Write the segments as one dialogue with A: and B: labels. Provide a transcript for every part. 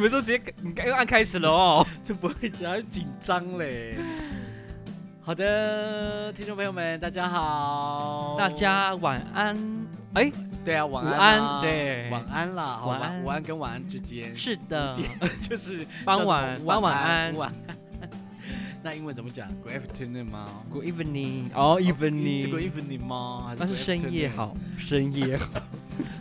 A: 们都直接 你刚又按开始了哦。
B: 就不会只要紧张嘞。好的，听众朋友们，大家 好，
A: 大家晚安，哎，
B: 对啊，晚
A: 午
B: 安
A: 安
B: 啦，
A: 对
B: 晚安啦，好
A: 晚安
B: 晚午安跟晚安之间，
A: 是 的，
B: 就是
A: 傍
B: 叫
A: 晚
B: 什，么
A: 傍晚
B: 安
A: 安
B: 晚安。 那英文怎么讲？Good afternoon 吗
A: ，Good evening，哦
B: 是 Good
A: ，evening，
B: evening 吗？还
A: 那是
B: good
A: 深夜
B: afternoon？
A: 好，深夜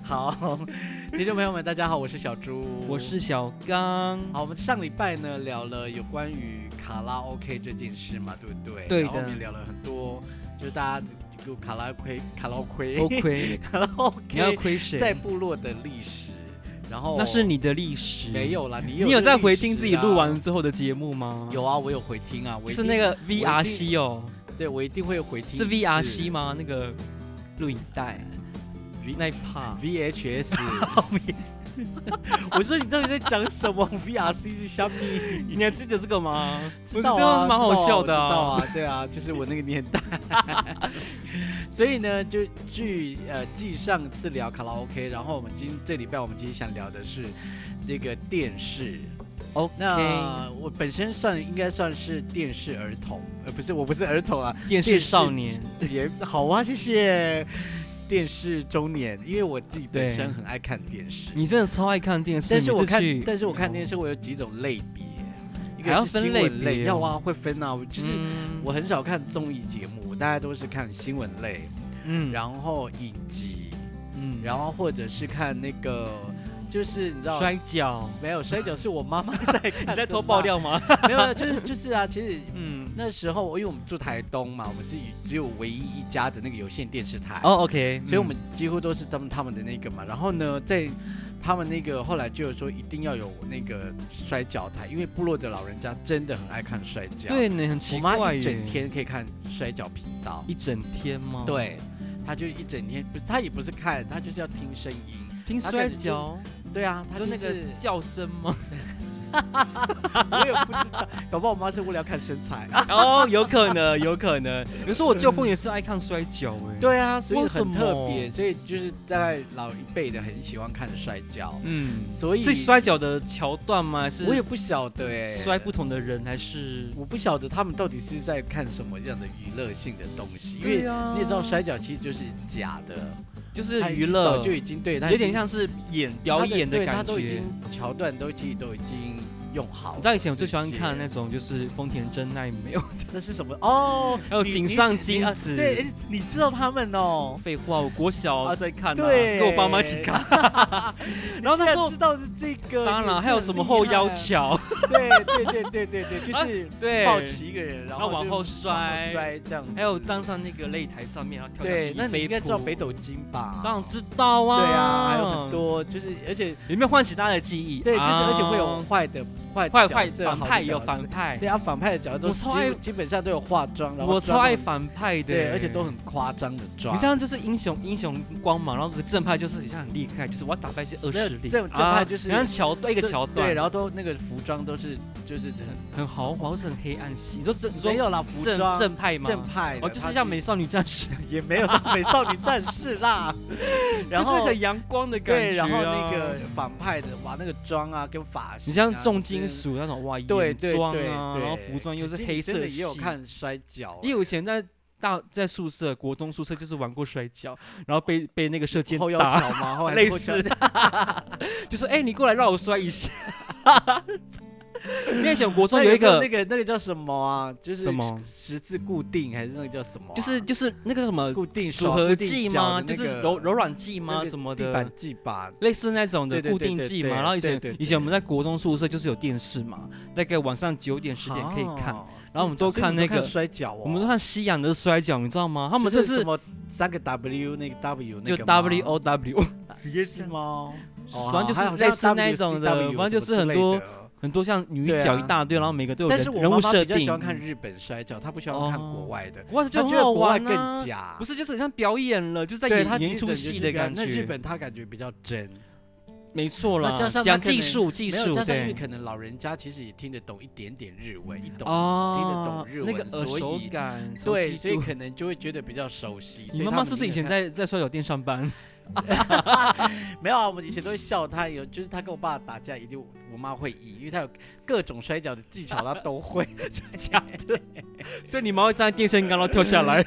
A: 好，
B: 好， 听众朋友们，大家好，我是小猪，
A: 我是小刚，
B: 好，我们上礼拜呢聊了有关于卡拉 OK 这件事嘛，对不对？
A: 对
B: 然后我
A: 的
B: 们也聊了很多，就是大家有卡拉 OK、卡拉 OK、
A: 多 亏，
B: 卡拉
A: 你要
B: OK
A: 亏
B: 在
A: 谁？
B: 部落的历史，然后
A: 那是你的历史，
B: 没，有啦，你有
A: 你有
B: 这个
A: 在回
B: 历史
A: 听自己
B: 啊
A: 录完？之后的节目吗？，
B: 有啊，我有回听啊，我一
A: 是
B: 定
A: 那，个
B: 定
A: VRC 哦，
B: 对我一定会回听一次。
A: 是 VRC 吗？那个录影带
B: V-
A: 那一哦 part。
B: ？VHS，我说你到底在讲什么？VRC 是虾米？
A: 你还记得这个吗？不
B: 知
A: 是，
B: 道
A: 这
B: 啊
A: 个蛮好笑的
B: 知道啊，我知道啊对啊，就是我那个年代。 所以呢，就据呃继上次聊卡拉 OK，然后我们今这礼拜我们今天想聊的是这个电视。
A: OK，
B: 那我本身算应该算是电视儿童，呃，不是，我不是儿童 啊，
A: 电视少年，
B: 也好啊，谢谢。电视中年，因为我自己本
A: 对
B: 身很爱看电视，
A: 你真的超爱看电视，
B: 但是
A: 你
B: 我
A: 就
B: 看
A: 去，
B: 但是我看电
A: 视，
B: 视，我有几种类别，一个
A: 还要
B: 是
A: 分
B: 新
A: 类
B: 闻类，
A: 别
B: 要
A: 哦
B: 啊，会分啊，我就是
A: 嗯
B: 我很少看综艺节目，我大概都是看新闻类，
A: 嗯
B: 然后影集，
A: 嗯
B: 然后或者是看那个，就是你知道。
A: 摔跤，
B: 没有摔跤是我妈 妈 在看，
A: 你在偷爆？料吗？
B: 没有，没有就是就是啊，其实
A: 嗯，
B: 那时候因为我们住台东嘛，我们是以只有唯一一家的那个有线电视台，
A: 哦，OK，
B: 所以我们几乎都是他们他们的那个嘛。然后呢，在他们那个后来就有说一定要有那个摔跤台，因为部落的老人家真的很爱看摔跤。
A: 嗯对呢，很奇
B: 我
A: 怪
B: 妈
A: 耶，
B: 一整天可以看摔跤频道，
A: 一整天吗？，
B: 对，她就一整天不是，她也不是看，她就是要听声音。
A: 听
B: 她
A: 摔
B: 感觉就
A: 跤，
B: 对啊，她
A: 就那个
B: 是
A: 叫声 吗？
B: 我也不知道，搞不好我妈是为了要看身 材。啊
A: 哦，有可能，有可能。有时候我舅公也是爱看摔跤，哎，，
B: 对啊，所以
A: 为什
B: 很
A: 么
B: 特别，所以就是大概老一辈的很喜欢看摔跤，
A: 嗯，
B: 所以
A: 是摔跤的桥段吗？还是
B: 我也不晓得哎、
A: 摔不同的人还是？
B: 我不晓得他们到底是在看什么样的娱乐性的东西，因
A: 对
B: 为
A: 啊
B: 你也知道摔跤其实就是假的，
A: 就是
B: 它
A: 娱
B: 早
A: 乐，
B: 就已经对，它已
A: 有点
B: 经
A: 像是演表
B: 它的
A: 演
B: 对它
A: 感
B: 都已
A: 觉
B: 经。桥段都其实都已经用好了。
A: 你知道以前我最喜欢看
B: 这
A: 那
B: 些
A: 种就是丰田真奈美，
B: 那是什么？哦，
A: 还有
B: 你
A: 井
B: 你
A: 上
B: 只你
A: 金
B: 啊
A: 子。
B: 对，哎你知道他们哦。
A: 废话，我国小
B: 啊
A: 在看、啊，
B: 对，
A: 跟我爸妈一起 看。。然后
B: 他
A: 那时候
B: 知道是这个，
A: 当
B: 你也
A: 然，
B: 是
A: 还有
B: 很
A: 什么
B: 厉
A: 后腰
B: 害？
A: 桥，
B: 对对对对对 啊对，就是
A: 对，
B: 抱起一个人，然
A: 然后
B: 后
A: 往
B: 就
A: 后
B: 往
A: 摔
B: 摔这样子。
A: 还有站上那个擂台上面，然后跳下
B: 对
A: 去，
B: 那你
A: 飞
B: 应该知道
A: 扑
B: 北斗晶吧？
A: 当然知道啊。
B: 对啊，还有很，多，就是而且
A: 有没有唤起大家的记忆？
B: 对，就是而且会有
A: 啊
B: 坏的坏
A: 坏
B: 的
A: 坏
B: 角色
A: 反派有。
B: 好
A: 反
B: 的角色
A: 派
B: 对，啊，反派的角色都
A: 我超爱
B: 基基本上都有化妆，然后
A: 我超爱
B: 抓到
A: 反派的，
B: 对，而且都很夸张的妆。
A: 你这样就是英雄英雄光芒，然后正派就是像很厉害，就是我要打败一些恶势力。
B: 正正派就是
A: 啊、很像桥段一个桥段，
B: 对，然
A: 后
B: 后都那个服装都是就是很
A: 很豪华，或是很黑暗系。你说正你说
B: 没有啦，服
A: 正
B: 装
A: 正派吗？
B: 正派的，
A: 哦，就是
B: 它
A: 像美少女战士，
B: 也 没有到美少女战士啦，然
A: 就是
B: 后
A: 个阳光的感觉、啊。
B: 对，然后那个反派的哇，那个妆啊跟发 型啊，
A: 你像重金
B: 跟
A: 属那种哇，
B: 对
A: 眼
B: 对
A: 妆
B: 对
A: 啊，
B: 对
A: 然后服装又是
B: 其实
A: 黑
B: 真
A: 色
B: 的也有
A: 系。
B: 看摔跤，啊
A: 因为我以前在大在宿舍，国中宿舍就是玩过摔跤，然后被被那个射箭
B: 后腰
A: 打，
B: 桥 吗？后来
A: 类
B: 后腰
A: 似，就说哎、你过来让我摔一 下。你也想国中
B: 那
A: 有一
B: 没有
A: 个
B: 那个那个叫什么啊？就是
A: 什么嗯
B: 十字固定还是那个叫什么啊？
A: 就是就是那个什么
B: 固定
A: 组
B: 手
A: 合
B: 固定
A: 剂
B: 脚
A: 吗？
B: 的
A: 就
B: 那
A: 是
B: 个
A: 柔柔软剂吗？
B: 那个
A: 什么
B: 地
A: 的
B: 板，技吧。
A: 类似那种的
B: 对对
A: 固
B: 对
A: 定
B: 对
A: 剂
B: 对
A: 嘛。然后以
B: 对
A: 前
B: 对
A: 以前我们在国中宿舍就是有电视嘛，大概晚上九点十点可以看。
B: 好，
A: 然后我们都
B: 所以你
A: 看那个
B: 摔跤哦，
A: 我们都看西洋的摔跤，你知道吗？他
B: 他
A: 们这
B: 什
A: 是
B: 么三个 W 那个 W 那
A: 就
B: 个
A: W O W，
B: 也是吗？哦
A: 反正就是
B: 好像
A: 类似那
B: WCW
A: 一种的
B: 什么
A: 反正就是
B: 之
A: 很
B: 类
A: 多
B: 的
A: 很多像女
B: 对
A: 角
B: 啊
A: 一大堆，然后每个都有
B: 但是
A: 人
B: 我
A: 人
B: 妈
A: 物
B: 妈比
A: 设
B: 较喜
A: 定。
B: 欢看日本摔跤，她不喜欢看国
A: 哦
B: 外的，
A: 哇，
B: 她
A: 就
B: 觉
A: 很
B: 得
A: 好
B: 国外
A: 玩
B: 更
A: 啊！
B: 假
A: 不。是，就是很像表演了，就是在
B: 对
A: 演
B: 她
A: 演
B: 基
A: 一出
B: 本就
A: 戏
B: 是
A: 的
B: 这样
A: 感
B: 那
A: 觉。
B: 日本她感觉比较真，
A: 没错
B: 那
A: 啦，
B: 加上她
A: 讲
B: 可能
A: 技术技
B: 没有
A: 术
B: 加上因为
A: 对。
B: 可能老人家其实也听得懂一点点日文，一懂
A: 哦，
B: 听得懂日
A: 那
B: 文
A: 个耳
B: 所
A: 熟
B: 以
A: 感，熟
B: 对，
A: 悉
B: 所以
A: 度
B: 可能就会觉得比较熟悉。所
A: 你妈
B: 他
A: 妈
B: 们
A: 是不是
B: 一
A: 以前
B: 定看
A: 在在摔跤店上班？
B: 没有啊？我们以前都会笑她，有就是她跟我爸打架，一定我妈会移，因为她有各种摔跤的技巧，她都会。 假的，
A: 所以你妈会站在电线杆然后跳下 来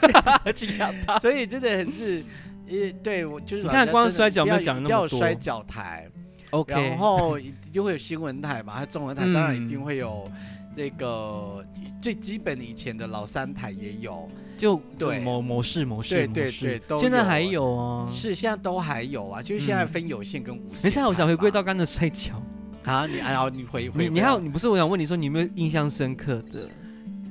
A: 去压他。
B: 所以真的很是，呃，对我就是
A: 你
B: 老
A: 看
B: 人家
A: 光
B: 真的
A: 摔
B: 一
A: 跤
B: 定
A: 没
B: 要
A: 有讲那
B: 要
A: 么
B: 有
A: 多
B: 摔跤台，
A: OK，
B: 然后一定会有新闻台嘛，它中文台当然一定
A: 嗯
B: 会有这个最基本的以前的老三台也有，
A: 就
B: 对
A: 就某某事某事
B: 对
A: 某
B: 对
A: 事
B: 对都
A: 现在
B: 有
A: 还
B: 啊
A: 有啊。
B: 是现在都还有啊，就是现在
A: 嗯
B: 分有线跟无线。
A: 等一下，我想回归到刚才的摔跤。
B: 啊，你哎呀，你回回
A: 你你还
B: 回到
A: 有你不是我想问你说你有没有印象深刻的，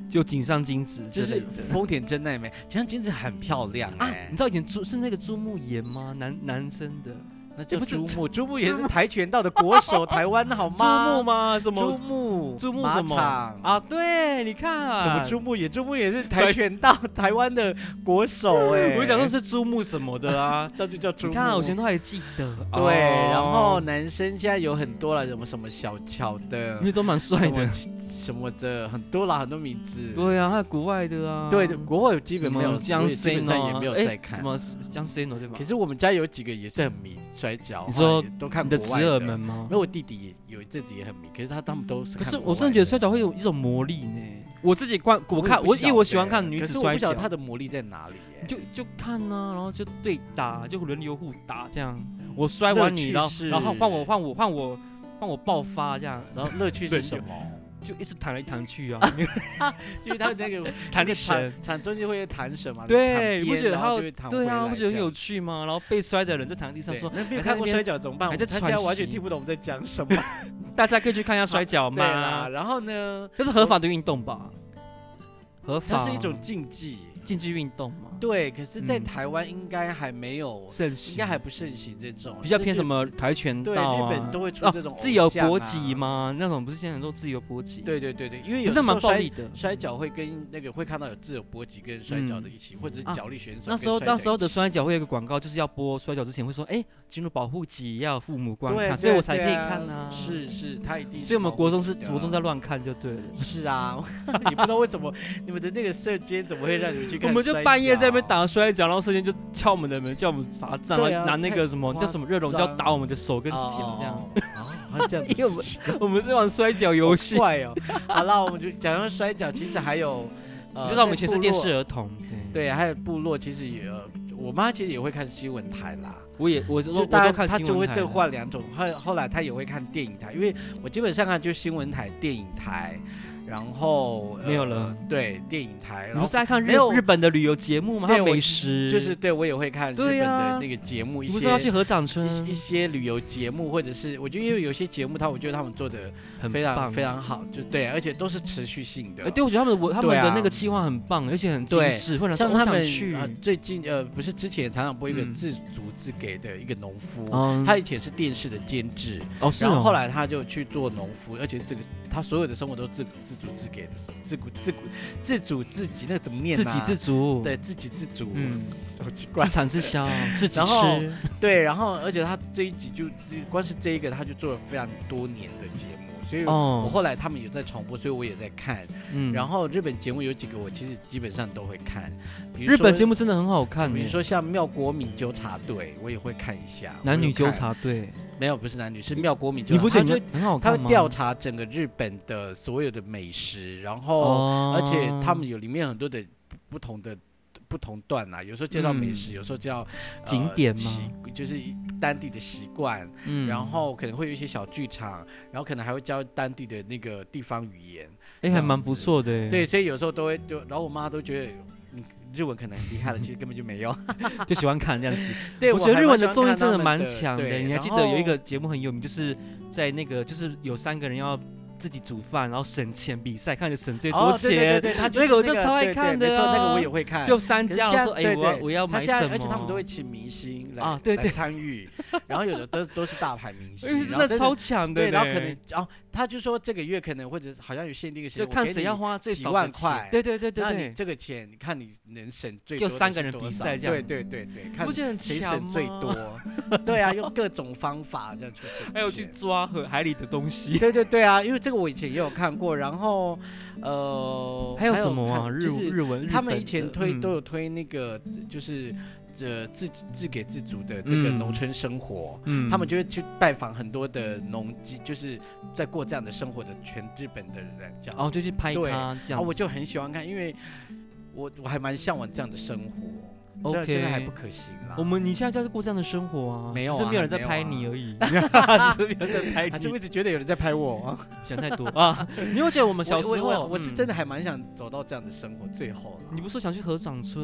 A: 就井上金子之
B: 就
A: 类
B: 是
A: 的
B: 丰田真奈美，其实金子很漂亮
A: 啊
B: 哎、？
A: 你知道以前朱是那个朱木炎吗？男男生的
B: 那叫
A: 不是
B: 珠穆，珠穆也是跆拳道的国手，台湾好
A: 朱木
B: 吗？
A: 吗？什
B: 珠
A: 么
B: 穆，
A: 朱木
B: 马
A: 什么
B: 场。
A: 啊？对，你看
B: 什么珠穆也珠穆也是跆
A: 摔
B: 拳道台湾的国手 哎、
A: 我想说是朱木什么的
B: 。
A: 啊
B: 这就叫
A: 你
B: 珠穆。
A: 看啊，我以前都还记得。
B: 对，然后
A: 哦
B: 男生现在有很多了，什么什么小巧的
A: 因，为都蛮帅的。
B: 什么什么的，很多了，很多名字。
A: 对啊，还有国外的啊。
B: 对，国外基本没有，
A: 江
B: 我也基本
A: C
B: 上也没有在看
A: 哦哎什。么江 C 诺对吧
B: 可？是我们家有几个也是很迷摔跤，
A: 你
B: 后来
A: 说
B: 也都看
A: 你的
B: 国
A: 侄
B: 外
A: 儿们吗
B: 没？有，我弟弟也有一阵子也很迷，可是他他们都是
A: 可
B: 看
A: 是
B: 国外。
A: 我真的觉得摔跤会有一种魔力呢。我自己观我
B: 也
A: 看
B: 不
A: 我因为
B: 晓
A: 我喜
B: 得
A: 欢看女
B: 可
A: 子
B: 是我
A: 摔
B: 不
A: 跤
B: 晓得，她的魔力在哪里耶。
A: 就就看呐、然后就对打，就轮流互打这样。我摔
B: 乐
A: 完你，
B: 趣
A: 然后然后
B: 是
A: 换我换我换我换我爆发这样，
B: 然后乐趣
A: 对
B: 是什 么？
A: 就一直弹来弹去 啊，
B: 就是他 那个
A: 弹
B: 那个
A: 神
B: 弹。弹中间会弹什么？
A: 对，你不
B: 弹边
A: 觉得
B: 然
A: 他
B: 后
A: 有
B: 就会弹
A: 对
B: 回
A: 啊，
B: 来
A: 不觉得
B: 这
A: 很
B: 样
A: 有趣吗？然后被摔的人就躺在地上
B: 对
A: 说，
B: 那没有
A: 哎他
B: 看过
A: 那边
B: 摔跤怎么办？
A: 还
B: 我
A: 在
B: 他现在
A: 喘
B: 完全
A: 息
B: 听不懂我们在讲什 么。
A: 大家可以去看一下摔跤
B: 对啦，
A: 嘛，
B: 然后呢，
A: 这是合法的运动吧？合法，
B: 它是一种竞技。
A: 竞技运动嘛，
B: 对，可是，在
A: 嗯
B: 台湾应该还没有，
A: 盛
B: 应
A: 行
B: 该还不盛行这种，
A: 比较
B: 这
A: 偏
B: 就
A: 什么跆拳
B: 对，
A: 道啊，
B: 日本都会出
A: 哦
B: 这种偶
A: 自由
B: 像
A: 搏
B: 啊
A: 击？吗？那种不是现在很多自由搏击？，
B: 对对对对，因为
A: 也
B: 有
A: 是
B: 时
A: 蛮
B: 候
A: 暴
B: 摔
A: 力的。
B: 摔跤会跟那个会看到有自由搏击跟摔跤的一起，或者是
A: 啊
B: 角力选手
A: 那
B: 跟
A: 时候
B: 摔
A: 那
B: 跤
A: 时候
B: 一
A: 的
B: 起
A: 摔跤会有一个广告，就是要播摔跤之前会说，哎，进入保护级要父母观
B: 对
A: 看，所以
B: 对
A: 我才
B: 对
A: 可以
B: 啊
A: 看啊。，
B: 是是，他一定。
A: 所以我们国中是
B: 的
A: 国中在乱看就对了。
B: 是啊， 你不知道为什么你们的那个射间怎么会让你们去
A: 我
B: 看？
A: 们就半夜在那边，打摔跤，然后瞬间就敲我们的门，叫我们罚站，
B: 对啊
A: 然后拿那个什么
B: 太
A: 叫什么热熔胶
B: 夸张
A: 打我们的手跟
B: 哦
A: 脚这样。。
B: 啊，哦这样
A: 因为我
B: 子
A: 们我们在玩摔跤游戏，
B: 怪哦。好了，我们就讲到摔跤，其实还有，呃
A: 你知道我们以前是
B: 在部
A: 电
B: 落
A: 视儿童。对，
B: 对，还有部落其实也有，我妈其实也会看新闻台啦，
A: 我也我都
B: 就
A: 我
B: 大
A: 都
B: 家
A: 看
B: 她
A: 新
B: 就会
A: 闻台
B: 这
A: 的。
B: 换两种，后后来她也会看电影台，因为我基本上啊看就新闻台、电影台，然后、呃
A: 没有了，
B: 对，电影台，
A: 你
B: 然
A: 不
B: 后
A: 是爱看
B: 没
A: 日
B: 有
A: 日本的旅游节目吗？还有
B: 对我
A: 美食，
B: 就是对我也会看日本
A: 对
B: 的
A: 呀
B: 那个节目，一
A: 你不是要去
B: 些。
A: 合掌
B: 一
A: 村
B: 一，些旅游节目，或者是我觉得因为有些节目，他我觉得他们做的
A: 很
B: 非常
A: 棒
B: 非。常好，就对，而且都是持续性的。
A: 哎，对，我觉得他们的我他们
B: 对啊
A: 的那个计划很棒，而且很精
B: 对
A: 致，或者
B: 像他们
A: 去
B: 啊，最近呃，不是之前常常播一个
A: 嗯
B: 自足自给的一个农夫，
A: 嗯
B: 他以前是电视的监制，
A: 哦是
B: 然后
A: 哦
B: 后来他就去做农夫，而且这个他所有的生活都自自足自给的，自顾自顾自主自给，那个怎么念、
A: 自
B: 啊？
A: 给自足，
B: 对，自给自足，
A: 嗯，
B: 好奇怪
A: 自。产自销，自己
B: 然后
A: 吃，
B: 对，然后而且他这一集就光是这一个他就做了非常多年的节目，所以
A: 哦
B: 我后来他们有在重播，所以我也在看。
A: 嗯，
B: 然后日本节目有几个我其实基本上都会看，比如
A: 日本
B: 说
A: 节目真的很好看耶，
B: 比如说像妙国民纠察队，我也会看一下。
A: 男
B: 我有
A: 女纠
B: 看，
A: 察队，
B: 没有，不是男女，是妙国民纠
A: 你
B: 察。
A: 不觉
B: 他
A: 得
B: 就
A: 很好
B: 他
A: 看
B: 会
A: 吗？
B: 调查整个日本的所有的美食，然后、
A: 哦
B: 而且他们有里面很多的不同的。不同段啊，有时候介绍美食，有时候介绍、呃
A: 嗯景点吗
B: 习，就是当地的习惯，
A: 嗯
B: 然后可能会有一些小剧场，然后可能还会教当地的那个地方语言。
A: 哎
B: 这
A: 还
B: 样
A: 蛮不
B: 子
A: 错的，
B: 对，，所以有时候都会就，然后我妈都觉得你日文可能很 厉害了，其实根本就没有。
A: 就喜欢看这样子。
B: 对，
A: 我
B: 我
A: 觉得
B: 还
A: 日
B: 蛮
A: 文
B: 喜
A: 的
B: 欢
A: 综艺
B: 看
A: 真
B: 他
A: 的
B: 们
A: 蛮强的，
B: 对
A: 你还
B: 然
A: 记得有一个
B: 后
A: 节目很有名，就是在那个就是有三个人要自己煮饭，然后省钱比赛，看着省最多
B: 哦，对对对
A: 钱，
B: 对，他就
A: 那
B: 是
A: 个我
B: 那
A: 就超爱
B: 对对
A: 看
B: 没
A: 的
B: 错，那个我
A: 啊
B: 也会看。
A: 就三
B: 哎可是
A: 家
B: 现
A: 然后说
B: 在
A: 哎
B: 对
A: 我要
B: 对
A: 我要
B: 他
A: 买
B: 现在
A: 什么，哎
B: 而且他们都会请明星来
A: 啊对
B: 来
A: 对
B: 参与，然后有的都都是大牌明星
A: 因，为
B: 然
A: 真
B: 后
A: 的超强的
B: 啊对，
A: 呢，
B: 然后可能哦，他就说这个月可能或者好像有限定的时间，
A: 就
B: 我
A: 看
B: 给
A: 谁
B: 你
A: 要花最
B: 几
A: 少的
B: 万
A: 钱
B: 块
A: 对对对
B: 那你
A: 对
B: 这个钱，你看你能省最
A: 就
B: 多的
A: 三
B: 是
A: 个人
B: 多
A: 比
B: 少
A: 赛这
B: 对
A: 样
B: 对对对，
A: 对，
B: 看
A: 不觉得很
B: 谁
A: 强
B: 省
A: 吗？
B: 最多，对啊，用各种方法这样去 省
A: 还有哎去
B: 钱
A: 抓和海里的东西，
B: 对对对啊，因为这个我以前也有看过，然后呃，
A: 还有什么啊？
B: 看
A: 日
B: 就是
A: 日文，日
B: 他们以
A: 本
B: 前
A: 的
B: 推
A: 嗯
B: 都有推那个，就是呃自自给自足的这个
A: 嗯
B: 农村生活。
A: 嗯
B: 他们就会去拜访很多的农机，就是在过这样的生活的全日本的人，这样
A: 哦，就去拍他
B: 对
A: 这
B: 然
A: 样
B: 后我
A: 子
B: 就很喜欢看，因为我我还蛮向往这样的生活，虽然
A: OK
B: 现在还不可行啦。
A: 我们你现在就是过这样的生活啊，
B: 没
A: 只
B: 有
A: 是
B: 啊
A: 没有
B: 还
A: 人在
B: 没有
A: 拍
B: 啊
A: 你而已，只是没 有人在拍
B: 还是我
A: 你
B: 一，直觉得有人在拍我啊！
A: 想太多啊。 你有觉得我嗯们小时
B: 我我
A: 候，
B: 我我是真
A: 的，
B: 的还蛮想走到这样的生活最后了。
A: 你不是说想去合掌村，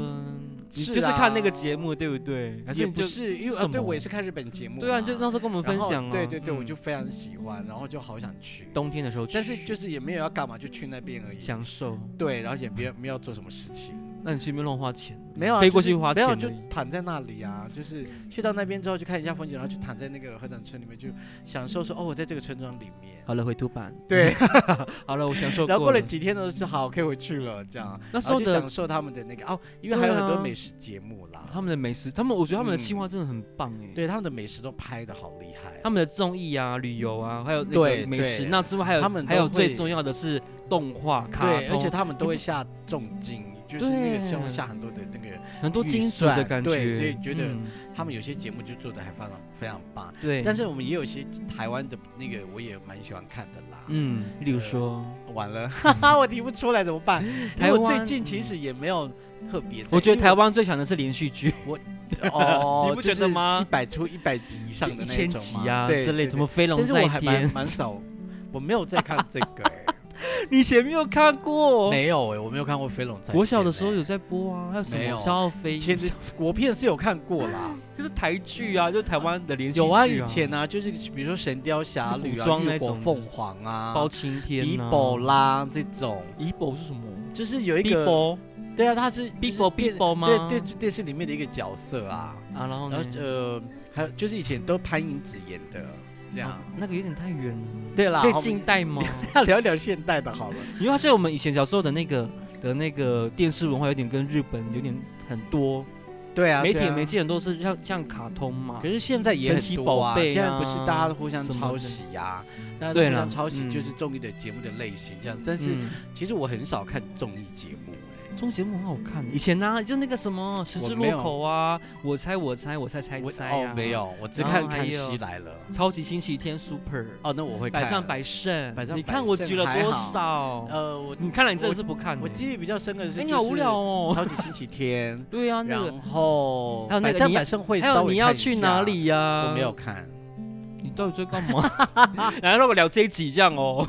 A: 你
B: 嗯是
A: 就是看那个
B: 啊
A: 节目对不对？还
B: 也
A: 是你
B: 不
A: 就是
B: 因为
A: 什
B: 呃，对
A: 么
B: 我也是看日本节目，
A: 对啊，你就那时候跟我们
B: 然
A: 分
B: 后
A: 享啊。
B: 对对对，我
A: 嗯
B: 就非常喜欢，然后就好想去，
A: 冬天的时候去，
B: 但是就是嗯也没有要干嘛，就去那边而已。
A: 享受。
B: 对，然后也没有没有做什么事情，
A: 那你去那边乱花钱，
B: 没有啊
A: 飞
B: 就
A: 过
B: 是
A: 去花
B: 没有
A: 钱
B: 就
A: 而已
B: 躺在那里啊，就是去到那边之后就看一下风景，然后就躺在那个合掌村里面，就享受说哦，我在这个村庄里面。
A: 好了，回图版。
B: 对，
A: 好了，我享受
B: 然后
A: 过
B: 过了。几天呢，就好可以回去了，这样。
A: 那
B: 然
A: 时候
B: 后就
A: 的
B: 享受他们的那个哦，因为
A: 对
B: 还有很多
A: 啊
B: 美食节目啦，
A: 他们的美食，他们我觉得他们的计
B: 嗯
A: 划真的很棒哎。
B: 对他们的美食都拍的好厉害
A: 他
B: 哦。
A: 们的综艺啊、旅游啊，还有那
B: 嗯对
A: 个美食，
B: 对
A: 那之外还有
B: 他们
A: 还有
B: 都
A: 最
B: 会
A: 重要的是动画卡
B: 对，而
A: 通
B: 且他们都会下重金，就是那个项目
A: 对
B: 下很多的那个，
A: 很多
B: 预
A: 金属的
B: 算
A: 感觉，
B: 对所以觉得
A: 嗯
B: 他们有些节目就做的还非常非常棒。
A: 对，
B: 但是我们也有一些台湾的那个，我也蛮喜欢看的啦。
A: 嗯，例如
B: 呃
A: 说，
B: 完了，哈哈， 我提不出来怎么 办？
A: 台
B: 台湾
A: 湾
B: 最近其实也没有特别在，
A: 我觉得
B: 因为
A: 台湾最强的是连续剧，
B: 哦，
A: 你不觉得吗
B: 一百出一百集以上的
A: 一
B: 那
A: 千
B: 种
A: 集
B: 嘛
A: 啊
B: 对
A: 之类，
B: 对
A: 什么飞
B: 对
A: 龙
B: 但是我
A: 在
B: 还
A: 天
B: 蛮，蛮少，我没有在看这个 欸，
A: 你以前没有看过？
B: 没有哎，我没有看过《飞龙在天》欸。
A: 我小的时候有在播啊，还有什
B: 没
A: 么
B: 有
A: 肖傲飞，
B: 以前的国片是有看过啦，
A: 就是台剧啊，就是台湾的连续剧
B: 有啊，以前啊，就是比如说《神雕侠
A: 就
B: 侣》
A: 古
B: 啊，
A: 装
B: 《
A: 那
B: 浴火
A: 种
B: 凤凰》啊，
A: 包青天
B: 比
A: 啊
B: 宝啦这种，
A: 怡宝是什么？
B: 就是有一
A: 比
B: 个，
A: 宝
B: 对啊，他是
A: 比
B: 就是
A: 宝比
B: 电
A: 宝吗？
B: 对对电视里面的一个角色啊，
A: 啊，然后
B: 然
A: 呢？
B: 后呃，还有就是以前都潘英子演的这样
A: 啊，那个有点太远了，
B: 对
A: 可
B: 啦，好
A: 以
B: 我们
A: 近代吗？
B: 要聊一聊现代的好了，
A: 因为它是我们以前小时候的那个的那个电视文化，有点跟日本有点很多，
B: 对啊，
A: 媒体
B: 对
A: 也
B: 啊
A: 没。见很多是像像卡通嘛
B: 可，是现在也
A: 神
B: 很
A: 奇
B: 多啊，
A: 宝贝
B: 现在不是大
A: 啊
B: 家互相
A: 什么
B: 抄
A: 的
B: 袭啊，大家都
A: 对
B: 互
A: 啦
B: 相抄袭就
A: 嗯
B: 是综艺的节目的类型这样，但是
A: 嗯
B: 其实我很少看综艺节目、欸，
A: 综艺节目很好看，以前呢、啊就那个什么十字
B: 我没
A: 路
B: 有
A: 口啊，我猜我猜我猜猜
B: 我
A: 猜啊，
B: 哦没，有，我只
A: 然
B: 看《
A: 后还
B: 康
A: 有
B: 熙来了
A: 超级星期天 Super，》
B: 哦，那我会看
A: 百战百胜，
B: 百战
A: 你
B: 百
A: 看我
B: 胜
A: 举了
B: 还
A: 多
B: 好
A: 少？
B: 呃，我
A: 你看来你真的是不看欸、
B: 我记忆比较深刻的是，
A: 嗯哎、你好无聊 哦。，
B: 超级星期天
A: 对啊，那个
B: 然后
A: 还有那
B: 百
A: 个
B: 战
A: 你
B: 百胜会
A: 还
B: 稍
A: 有
B: 微
A: 你要
B: 看一
A: 去
B: 下
A: 哪？里啊呀、
B: 我没有，看，
A: 你到底在干 嘛？然后如果聊这一集这样哦，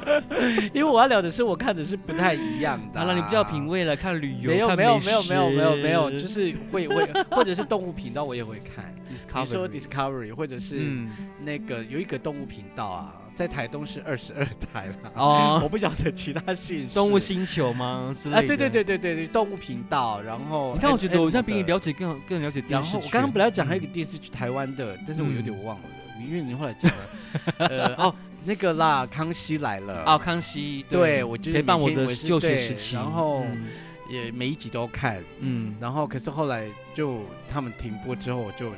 B: 因为我要聊的是我看的是不太一样的、
A: 好了，你比较品。味了，看旅游，
B: 没有
A: 啊看
B: 没有
A: 美
B: 没有没有没有没有，
A: 食
B: 就是会会或者是动物频道我也会看，比如
A: discovery，
B: 说 Discovery 或者是
A: 嗯
B: 那个有一个动物频道啊，在台东是二十二台啦。
A: 哦，
B: 我不晓得其他姓氏
A: 动物星球吗之类的？
B: 啊，对对，对对对对，动物频道，然后
A: 你看，我觉得我现在比你
B: Animal 的
A: 了解更好更了解
B: 然
A: 电视
B: 后
A: 圈。
B: 我刚刚本来要讲还有一个电视剧，台湾的，但是我有点忘了，因为你后来讲 了，呃，哦，那个啦，《康熙来了》
A: 啊，，康熙
B: 对我就是
A: 陪伴
B: 每
A: 我
B: 天
A: 的
B: 我是
A: 就学
B: 对
A: 时期，
B: 然后
A: 嗯
B: 也每一集都看，
A: 嗯，
B: 然后可是后来就他们停播之后，我就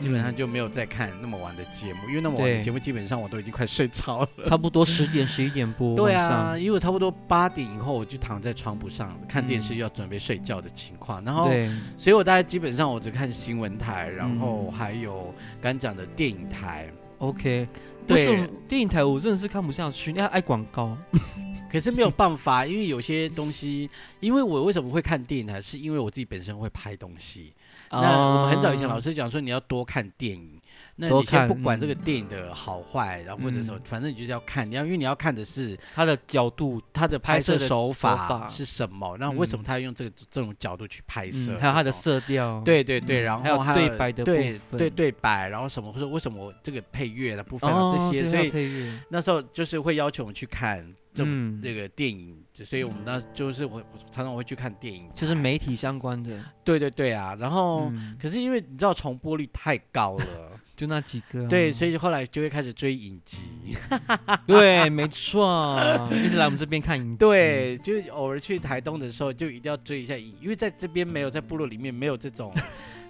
B: 基本上
A: 嗯
B: 就没有再看那么晚的节目，因为那么晚的
A: 对
B: 节目基本上我都已经快睡着了。
A: 差不多十点十一点播，
B: 对
A: 晚
B: 啊，
A: 上，
B: 因为我差不多八点以后我就躺在床铺上看电
A: 嗯
B: 视，要准备睡觉的情况，然后
A: 对，
B: 所以我大概基本上我只看新闻台，然
A: 嗯
B: 后还有刚讲的电影台。
A: OK，不
B: 对
A: 是电影台，我真的是看不下去，那爱广告，
B: 可是没有办法，因为有些东西， 因为我为什么会看电影台，是因为我自己本身会拍东西。那
A: 啊
B: 我们很早以前老
A: 师
B: 师讲说，你要多看电影。那
A: 哦多
B: 你先
A: 看
B: 不管这
A: 嗯
B: 个电影的好坏，然后或者什么，反正你就是要看，你要因为你要看的是
A: 他的角度，
B: 它的
A: 拍
B: 拍摄
A: 摄的
B: 手
A: 手
B: 法
A: 法
B: 是什么，然后为什么
A: 嗯
B: 他要用这个这种角度去拍摄，
A: 嗯，还有他的
B: 这种
A: 色调，，
B: 对对对，
A: 嗯
B: 然
A: 还有
B: 后还
A: 对
B: 有
A: 白的部
B: 对
A: 分
B: 对对白，然后什么或者为什么我这个配乐的部分啊
A: 哦，
B: 这些，
A: 对
B: 所
A: 还有
B: 以
A: 配乐，
B: 那时候就是会要求我们去看这种
A: 嗯，
B: 那个电影，就所以我们那就是我我常常会去看电影，
A: 就是媒体相关的，
B: 对对对啊，然后
A: 嗯，
B: 可是因为你知道重播率太高 了，
A: 就那几个啊，
B: 对，所以后来就会开始追影集，
A: 嗯对，没 错，一直来我们这边看影集，
B: 对，就是偶尔去台东的时候就一定要追一下影，因为在这边没有，在部落里面没有 这种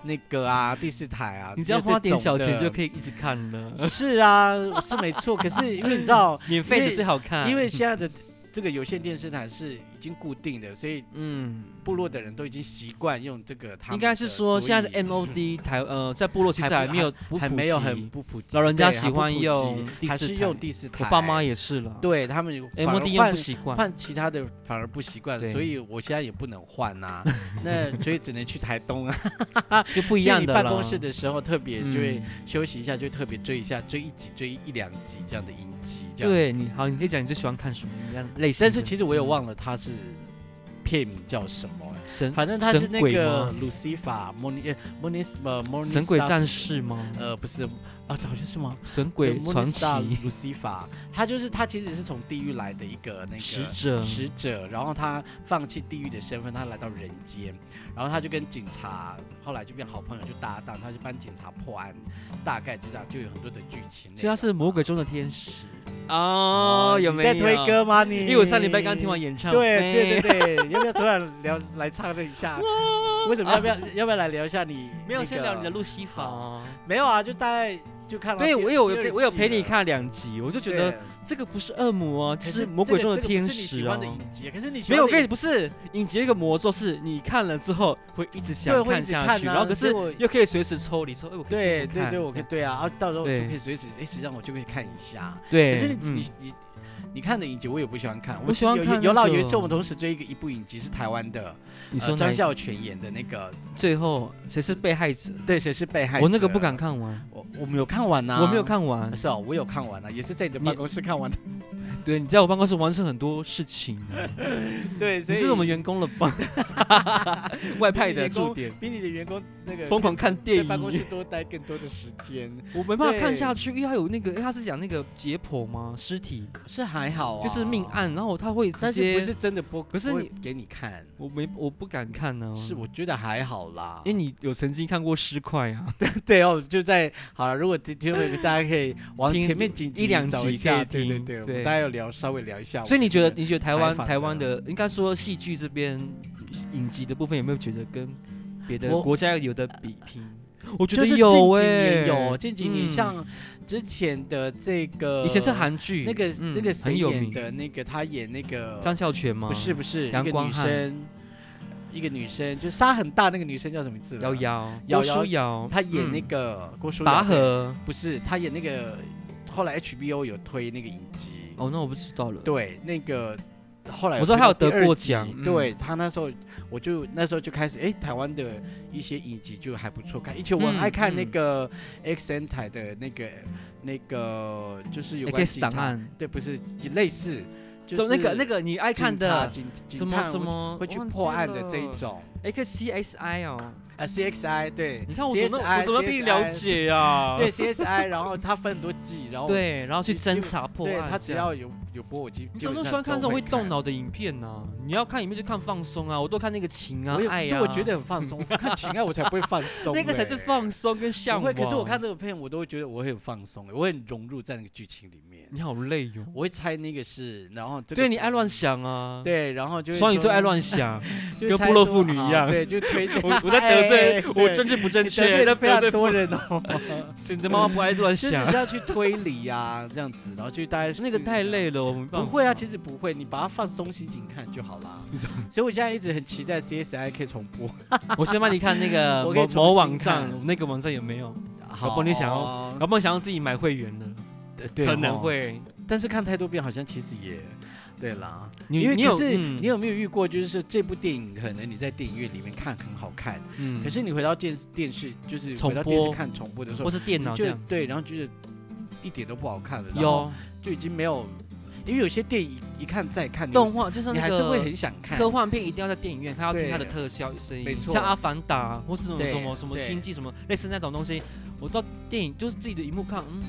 B: 那个啊第四台啊，
A: 你只要花点小钱就
B: 以。
A: 可以一直看了，
B: 是啊，是没错。可是因为你知道，
A: 免费
B: 因
A: 的
B: 为
A: 最好看，
B: 因为现在的这个有线电视台是已经固定的，所以
A: 嗯，
B: 部落的人都已经习惯用这个他们的。
A: 应该是说现在
B: 所以
A: 的 MOD 台呃在部落其实
B: 还
A: 还
B: 不
A: 没有不
B: 还
A: 普
B: 没有
A: 及
B: 很不普及，
A: 老人家
B: 对
A: 喜欢
B: 还不
A: 用
B: 普及
A: 第
B: 还
A: 四
B: 是
A: 台
B: 用第四台。
A: 我爸妈也是了，
B: 对他们反而
A: ，MOD 用
B: 换
A: 不嗯习惯，
B: 换其他的反而不习惯，
A: 对
B: 所以我现在也不能换 呐、那所以只能去台东啊，
A: 就不
B: 不
A: 一样的
B: 办
A: 了
B: 公室的时候特别就会
A: 嗯
B: 休息一下，就特别追一下，追一集、追一两集这样的影集，这样。对。
A: 对你好，你可以讲你最喜欢看什么样类型的，嗯
B: 但是其实我也忘了它是片名叫什么了，
A: 神
B: 嗯反正它是那
A: 神鬼
B: 个
A: 吗
B: Lucifer Morning 呃 Morning 呃 Morning
A: 神鬼
B: Star
A: 战
B: 是
A: 士吗？
B: 呃不是啊，好像是吗？
A: 神鬼传奇
B: Lucifer，他就是他其实是从地狱来的一个那个
A: 使者，
B: 使者，然后他放弃地狱的身份，他来到人间，然后他就跟警察后来就变好朋友，就搭档，他就帮警察破案，大概就这样，就有很多的剧情内容。
A: 所以他是魔鬼中的天使
B: 哦
A: 哦，有
B: 你
A: 没有
B: 在推歌吗？你
A: 因为我上礼拜刚听完演唱会，
B: 对对对对，要不要突然聊来唱 一下？为什么要不要、要不要来聊一下你、
A: 啊没有
B: 那
A: 先
B: 个
A: 聊你的路西法哦。
B: 没有啊，就大概就看到
A: 对，
B: 第
A: 我有我
B: 第二
A: 有我有
B: 季
A: 陪你
B: 了，
A: 看两集，我就觉
B: 对
A: 得这个不是恶魔啊，
B: 可
A: 这
B: 是
A: 是魔鬼
B: 这
A: 中
B: 个
A: 的
B: 这个不
A: 天
B: 是你喜
A: 使
B: 欢
A: 啊
B: 的。影集，可是你喜
A: 没
B: 欢
A: 有，我
B: 的
A: 跟你
B: 影
A: 不是影集有一个魔咒，是你看了之后会一直
B: 对
A: 想
B: 会一
A: 看
B: 直
A: 下
B: 看
A: 去，
B: 啊
A: 然后可
B: 所以
A: 是
B: 我
A: 又可以随时抽离，说哎我可以
B: 对
A: 先不
B: 对对，
A: 看
B: 我可以对啊，啊，到时候我就
A: 对
B: 可以随时哎，实际上我就可以看一下。可
A: 对，
B: 是你
A: 嗯
B: 你你你看的影集我也不喜欢看，
A: 我
B: 只
A: 喜欢
B: 有
A: 看
B: 有
A: 那
B: 老有一
A: 个
B: 次我们同时追一个一部影集是台湾的，
A: 你
B: 呃
A: 说哪
B: 张
A: 一
B: 孝全演的那个，
A: 最后谁是被害者？
B: 对，谁是被害者？啊
A: 我那个不敢，看完，
B: 我我们有看完呐，
A: 我没有，看完。
B: 是哦，我有看完了，也是在你的
A: 你
B: 办公室看完的，
A: 对，你在我办公室完成很多事情啊，
B: 对， 所
A: 你
B: 以
A: 是我们员工了吧？ 外派
B: 比你
A: 的
B: 员工
A: 驻点，
B: 比你的员工那个
A: 疯狂看电
B: 在
A: 影
B: 办公室多待更多的时间，
A: 我没办法看
B: 对
A: 下去，因为他有那个，因为他是讲那个解剖吗？尸体
B: 是还好啊，
A: 就是命，案，然后他会直
B: 但是
A: 接，
B: 不是真的播，
A: 可是
B: 不会
A: 你
B: 给你看，
A: 我没我不敢看呢、
B: 是我觉得还好啦，
A: 因为你有曾经看过尸块啊，
B: 对哦，就在好了。如果听听了，大家可以往
A: 听
B: 前面几集
A: 一两
B: 找
A: 集
B: 下，
A: 可
B: 对
A: 以
B: 对
A: 听
B: 对，我们
A: 对
B: 大家要聊稍微聊一下。
A: 所以
B: 我
A: 你觉
B: 觉
A: 得你觉得台
B: 采
A: 湾
B: 访
A: 台湾
B: 的
A: 的应该说戏剧这边影集的部分有没有觉得跟别的
B: 我
A: 国家有的比拼？我觉
B: 就
A: 得
B: 是
A: 有
B: 近几
A: 哎、
B: 年有近几年
A: 嗯
B: 像之前的这个，
A: 以前是韩剧，
B: 那个
A: 嗯
B: 那个谁
A: 很有
B: 演
A: 名
B: 的那个，他演那个
A: 张孝全吗？
B: 不是不是一个
A: 阳光
B: 女
A: 汉
B: 生，一个女生就沙很大那个女生叫什么名字？
A: 瑶，瑶，
B: 瑶
A: 郭
B: 瑶
A: 书瑶，
B: 她演那
A: 嗯
B: 个郭书瑶
A: 拔
B: 对
A: 河。
B: 不是，她演那个后来 HBO 有推那个影集
A: 哦，那我不知道了。
B: 对，那个后来
A: 我知道
B: 推
A: 他有
B: 到第
A: 得
B: 二
A: 过
B: 集
A: 奖嗯
B: 对他那时候我就那时候就开始，哎，台湾的一些影集就还不错看。以前我很
A: 嗯
B: 爱看那
A: 嗯
B: 个 XN 台的那个那个，就是有关
A: ，X
B: 警
A: 档
B: 察，
A: 案，
B: 对，不是也类似，就
A: 就是那个那
B: 个
A: 个你爱看的
B: 警警
A: 什么
B: 探
A: 什
B: 会
A: 么
B: 会去破案的这一种。
A: 哎，XCSI 哦。
B: 啊，CXI 对，
A: 你看我怎么
B: CSI
A: 我怎么比你了？解啊？
B: 对 CSI，然后它分很多季，然后
A: 对，然后去
B: 基基
A: 侦
B: 本
A: 查破
B: 对
A: 案。
B: 它只
A: 这样
B: 要有有播，我基
A: 你
B: 基
A: 怎
B: 本
A: 么那么
B: 上
A: 喜欢看这
B: 都
A: 种会动
B: 看
A: 脑的影片呢、你要看影片就看放松啊，我都看那个情啊
B: 我也
A: 爱
B: 可
A: 呀、
B: 是我觉得很 放松，我看情爱我才不会放松、
A: 那个才是放。松跟
B: 不
A: 向
B: 会，
A: 往。
B: 可是我看这个片，我都会觉得我会很放松、欸我会很融入在那个剧情里面。
A: 你好累哟、
B: 我会猜那个是，然后这
A: 嗯
B: 个
A: 对你爱乱想啊，
B: 对，然后就会
A: 双鱼座
B: 说
A: 爱，乱想，
B: 就会
A: 跟
B: 猜
A: 部落
B: 说
A: 妇女一
B: 啊
A: 样
B: 对，就推哎
A: 我 我在得 罪，我政治不正
B: 你
A: 确，
B: 得罪
A: 在
B: 了非常
A: 得罪
B: 多人哦，
A: 你的妈妈不爱乱
B: 就是
A: 想，
B: 是要去推理呀、这样子，然后就大家
A: 那个太累
B: 了。
A: 了，我没办
B: 不
A: 法。
B: 会啊，其实不会，你把它放松心情看就好 啦。所以我现在一直很期待 CSI 可以重播。
A: 哦 我先帮你看那个
B: 我可以
A: 某
B: 重
A: 某
B: 新
A: 网站
B: 看，
A: 那个网站有没有？
B: 好，哦
A: 不你想要哦搞不好想要自己买会员的，
B: 对对
A: 可能
B: 哦
A: 会。
B: 但是看太多遍好像其实也，对啦，
A: 你
B: 因为
A: 你
B: 可
A: 有
B: 是
A: 嗯
B: 你有没有遇过，就是这部电影可能你在电影院里面看很好看，
A: 嗯
B: 可是你回到电视电视就是
A: 重
B: 回到电视
A: 播
B: 看重播的时候
A: 或，是电脑
B: 就
A: 这样，
B: 对，然后就是一点都不好看了，然后
A: 有
B: 就已经没有，因为有些电影一看再看，你
A: 动画就是那
B: 你
A: 个
B: 还是会很想看。
A: 科幻片一定要在电影院，它要听它的
B: 对
A: 特效声
B: 没
A: 音，
B: 错
A: 像《阿凡达》或是什么
B: 对
A: 什么什么
B: 对
A: 星际什么类似那种东西，我到电影就是自己的荧幕看，嗯，